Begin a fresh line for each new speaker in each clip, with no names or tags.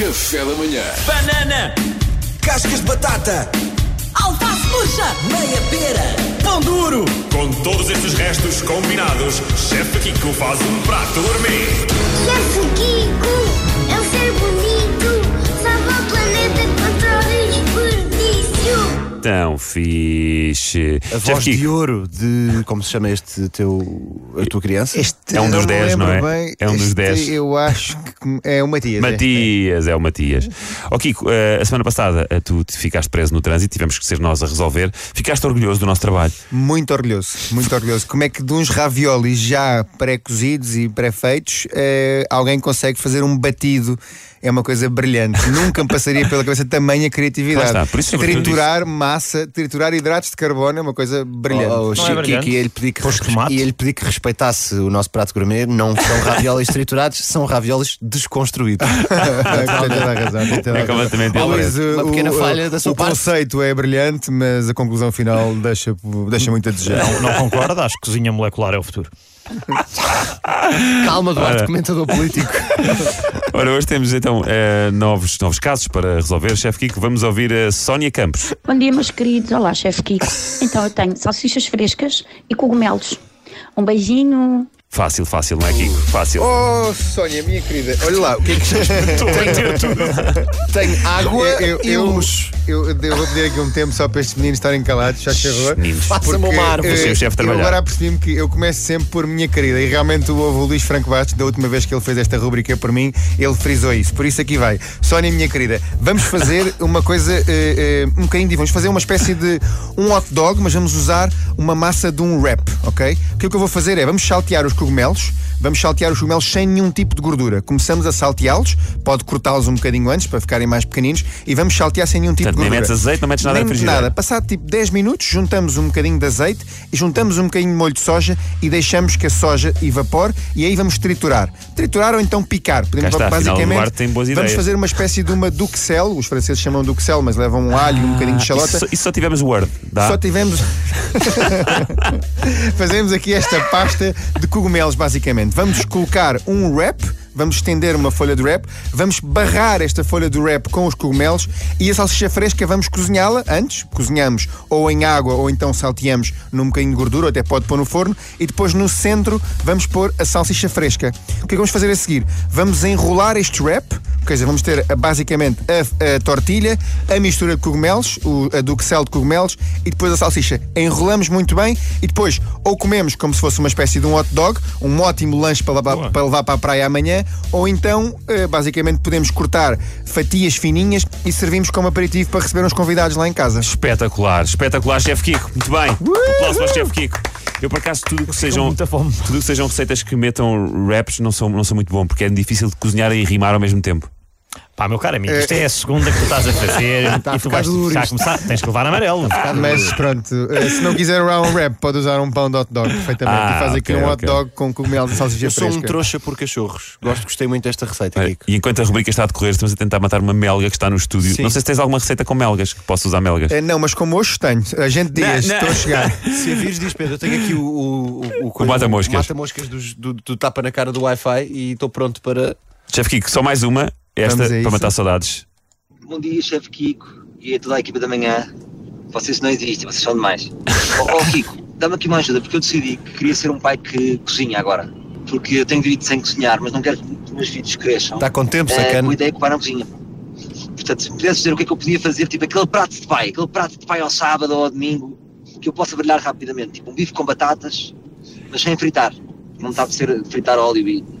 Café da manhã.
Banana,
Cascas de batata,
Alface murcha, meia pera,
pão duro,
Com todos estes restos combinados, Chefe Kiko faz um prato gourmet.
Chefe Kiko é um ser bonito, salva o planeta contra o desperdício.
tão fixe.
A voz de ouro de. Como se chama este teu. a tua criança?
Este,
É um dos
eu
dez,
lembro
não é?
Bem,
É um dos
este
dez.
Eu acho que é o Matias. é.
Matias, é o Matias. Ó Kiko, eh, a semana passada eh, tu te ficaste preso no trânsito, tivemos que ser nós a resolver. Ficaste orgulhoso do nosso trabalho.
Muito orgulhoso, muito orgulhoso. Como é que de uns raviolis já pré-cozidos e pré-feitos, eh, alguém consegue fazer um batido? É uma coisa brilhante. Nunca me passaria pela cabeça tamanha criatividade.
Lá está, por isso é que eu
triturar massa, triturar hidratos de carbono é uma coisa brilhante. é?
Oh, Chico, e ele pedir que
Pôs tomate?
e ele pedir que respeitasse o nosso prato gourmet, não são raviolis triturados, são raviolis desconstruídos.
Tem toda a razão, tem toda a
É
razão.
completamente
Talvez,
ilegal.
uh,
Uma
o-
pequena
o-
falha da sua
O
parte.
conceito é brilhante, mas a conclusão final deixa, deixa muito a desejar.
Não, não concorda? Acho que cozinha molecular é o futuro.
Calma, Duarte, comentador político.
Ora, hoje temos então eh, novos, novos casos para resolver. Chefe Kiko, vamos ouvir a Sónia Campos.
Bom dia, meus queridos. Olá, chefe Kiko. Então, eu tenho salsichas frescas e cogumelos. Um beijinho.
Fácil, fácil, não é Kiko? Fácil.
Oh, Sónia, minha querida, olha lá, o que é que
Tenho água
eu, eu,
e
eu,
luz.
eu, eu vou pedir aqui um tempo só para estes meninos estarem calados, já chegou.
Meninos.
Faça-me uma árvore.
Você é o chefe de
eh, eu
trabalhar.
agora apercebi-me que eu começo sempre por minha querida e realmente houve o Luís Franco Bastos, da última vez que ele fez esta rubrica por mim, ele frisou isso. Por isso aqui vai. Sónia, minha querida, vamos fazer uma coisa eh, eh, um bocadinho de. Vamos fazer uma espécie de um hot dog, mas vamos usar uma massa de um wrap, ok? O que é que eu vou fazer é vamos saltear os cogumelos, vamos saltear os cogumelos sem nenhum tipo de gordura. Começamos a salteá-los, pode cortá-los um bocadinho antes para ficarem mais pequeninos e vamos saltear sem nenhum tipo
Portanto,
de
nem
gordura.
metes azeite, não metes nada
Nem
a
meto
frigir.
nada. Passado tipo 10 minutos, juntamos um bocadinho de azeite e juntamos um bocadinho de molho de soja e deixamos que a soja evapore e aí vamos triturar. Triturar ou então picar. Podemos
Cá está, afinal, o
basicamente
Duarte tem boas
vamos
ideias.
fazer uma espécie de uma duxelle, os franceses chamam duxelle, mas levam um alho e um bocadinho de
Ah, Isso,
xalota.
só- isso só tivemos Word. Dá?
Só tivemos. Fazemos aqui esta pasta de cogumelos, basicamente. Vamos colocar um wrap, vamos estender uma folha de wrap, vamos barrar esta folha de wrap com os cogumelos e a salsicha fresca vamos cozinhá-la antes. Cozinhamos ou em água ou então salteamos num bocadinho de gordura, ou até pode pôr no forno. E depois no centro vamos pôr a salsicha fresca. O que é que vamos fazer a seguir? Vamos enrolar este wrap ou seja, vamos ter ah, basicamente a, a tortilha, a mistura de cogumelos, o, a duxel de cogumelos e depois a salsicha. Enrolamos muito bem e depois ou comemos como se fosse uma espécie de um hot dog, um ótimo lanche para, levar- para levar para a praia amanhã, ou então ah, basicamente podemos cortar fatias fininhas e servimos como aperitivo para receber uns convidados lá em casa.
Espetacular, espetacular, chefe Kiko. Muito bem. Um aplauso para o chefe Kiko. Eu, por acaso, tudo que sejam,
muita fome.
tudo que sejam receitas que metam raps não são, não são muito bom, porque é difícil de cozinhar e rimar ao mesmo tempo.
Pá, meu caro amigo, isto é a segunda que tu estás a fazer
Tá a
e tu
ficar
vais
duro
já
isto. Tá
começar. Tens que levar amarelo.
Mas pronto, ah, se não quiser usar um wrap, pode usar um pão de hot dog perfeitamente
Ah,
e faz aqui
ok,
um hot
ok.
dog com cogumelos e salsicha
Eu sou um
fresca.
trouxa por cachorros. Gosto, gostei muito desta receita,
Olha,
Kiko.
E enquanto a rubrica está a decorrer, estamos a tentar matar uma melga que está no estúdio.
Sim.
Não sei se tens alguma receita com melgas, que posso usar melgas.
Ah, não, mas como hoje tenho, a gente diz,
Não, não.
estou a chegar.
Se a vires, diz Pedro, eu tenho aqui o, o, o, coisa-
mata-moscas.
o mata-moscas dos- do, do tapa na cara do Wi-Fi e estou pronto para.
Chefe Kiko, só mais uma, esta
Vamos a
para
isso.
matar saudades.
Bom dia, chefe Kiko e a toda a equipa da manhã. Vocês não existem, vocês são demais. Ó oh, Kiko, dá-me aqui uma ajuda, porque eu decidi que queria ser um pai que cozinha agora. Porque eu tenho vivido sem cozinhar, mas não quero que os meus filhos cresçam.
Está Tá com tempo,
Eh,
sacana.
com a ideia que vai na cozinha. Portanto, se me pudesse dizer o que é que eu podia fazer, tipo aquele prato de pai, aquele prato de pai ao sábado ou ao domingo, que eu possa brilhar rapidamente. Tipo um bife com batatas, mas sem fritar. Não está a ser fritar óleo e.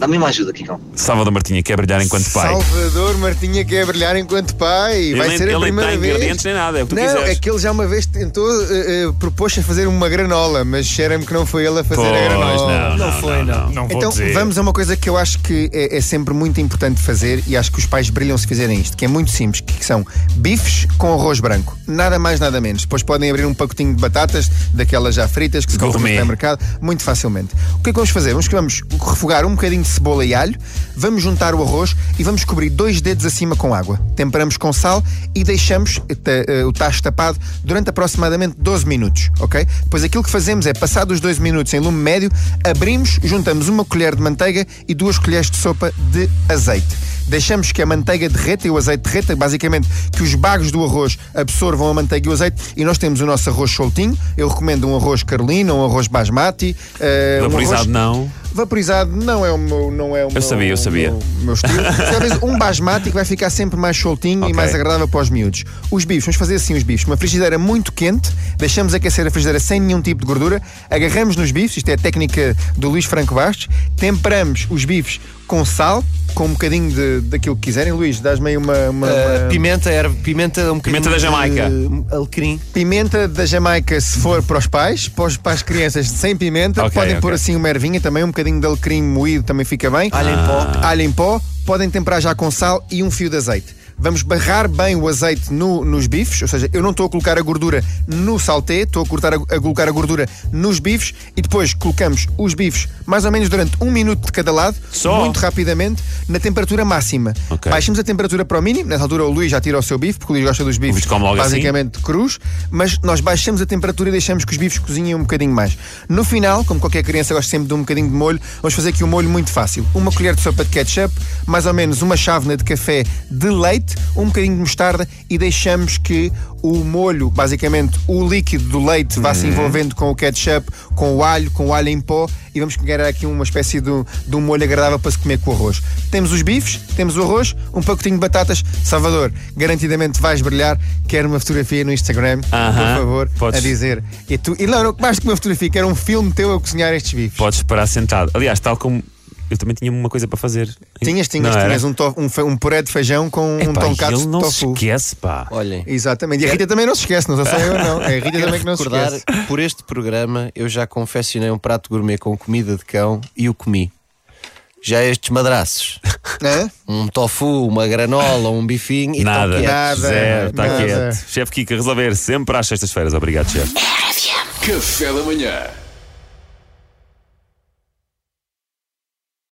Dá-me uma ajuda, Kiko.
Salvador Martinha quer brilhar enquanto pai.
Salvador Martinha quer brilhar enquanto pai. Vai
nem-
ser a
ele nem
primeira
tem
vez.
ingredientes nem nada, é o que tu
não,
quiseres.
é que ele já uma vez tentou, eh, eh, propôs-se a fazer uma granola, mas cheira-me que não foi ele a fazer a granola.
não, não,
foi, não. Não vou
Então
dizer.
vamos a uma coisa que eu acho que é, é sempre muito importante fazer e acho que os pais brilham se fizerem isto, que é muito simples, que são bifes com arroz branco. Nada mais, nada menos. Depois podem abrir um pacotinho de batatas, daquelas já fritas, que se compram no
Gourmet.
supermercado, muito facilmente. O que é que vamos fazer? Vamos, vamos refogar um bocadinho de cebola e alho, vamos juntar o arroz e vamos cobrir dois dedos acima com água. Temperamos com sal e deixamos eh, ta- eh, o tacho tapado durante aproximadamente 12 minutos, ok? Depois aquilo que fazemos é, passados os 12 minutos em lume médio, abrimos, juntamos uma colher de manteiga e duas colheres de sopa de azeite. deixamos que a manteiga derreta e o azeite derreta, basicamente que os bagos do arroz absorvam a manteiga e o azeite e nós temos o nosso arroz soltinho. Eu recomendo um arroz carolina, um arroz basmati. eh, um
Vaporizado
arroz-
não. é?
Vaporizado não é o meu. Não é o meu-
sabia, eu sabia.
O meu estilo. Mas, Talvez um basmati que vai ficar sempre mais soltinho
Ok.
e mais agradável para os miúdos. Os bifes, vamos fazer assim os bifes. Uma frigideira muito quente, deixamos aquecer a frigideira sem nenhum tipo de gordura, agarramos nos bifes, isto é a técnica do Luís Franco Bastos, temperamos os bifes com sal, com um bocadinho de, daquilo que quiserem. Luís, dás meio uma. uma-
Ah,
uma-
pimenta, erva, pimenta um bocadinho
Pimenta da
de
Jamaica.
alecrim.
Pimenta da Jamaica, se for para os pais, para, os- para as crianças sem pimenta,
Ok,
podem
ok.
pôr assim uma ervinha também, um bocadinho de alecrim moído também fica bem. Ah.
Alho em pó.
Alho em pó, podem temperar já com sal e um fio de azeite. Vamos barrar bem o azeite no- nos bifes, ou seja, eu não estou a colocar a gordura no salté, estou a, cortar a- a colocar a gordura nos bifes e depois colocamos os bifes mais ou menos durante um minuto de cada lado,
Só?
muito rapidamente, na temperatura máxima.
Ok.
Baixamos a temperatura para o mínimo, nessa altura o Luís já tira o seu bife, porque o Luís gosta dos bifes
Luís come logo assim?
basicamente de cruz, mas nós baixamos a temperatura e deixamos que os bifes cozinhem um bocadinho mais. No final, como qualquer criança gosta sempre de um bocadinho de molho, vamos fazer aqui um molho muito fácil. Uma colher de sopa de ketchup, mais ou menos uma chávena de café de leite, um bocadinho de mostarda e deixamos que o molho, basicamente o líquido do leite, vá
Uhum.
se envolvendo com o ketchup, com o alho, com o alho em pó e vamos pegar aqui uma espécie de, de um molho agradável para se comer com arroz. Temos os bifes, temos o arroz, um pacotinho de batatas. Salvador, garantidamente vais brilhar. Quero uma fotografia no Instagram,
Aham.
por favor,
Podes.
a dizer. E, tu, e não, não, mais do que uma fotografia, quero um filme teu a cozinhar estes bifes.
Podes parar sentado. Aliás, tal como. Eu também tinha uma coisa para fazer.
Tinhas, tinhas,
Não era?
tinhas um, to- um, fe- um puré de feijão com um
Epá,
tonkato
ele
de
não se
tofu.
esquece, pá.
Olhem.
Exatamente. E a Rita também não se esquece, não sou só eu, não. É a Rita também que não se
recordar,
esquece.
que por este programa, eu já confeccionei um prato gourmet com comida de cão e o comi. Já estes madraços,
Hã?
um tofu, uma granola, um bifinho e
Nada,
tal.
Nada,
zero, tá está
nada.
quieto. Chefe Kika, resolver sempre às sextas-feiras. Obrigado, chefe.
Café da manhã.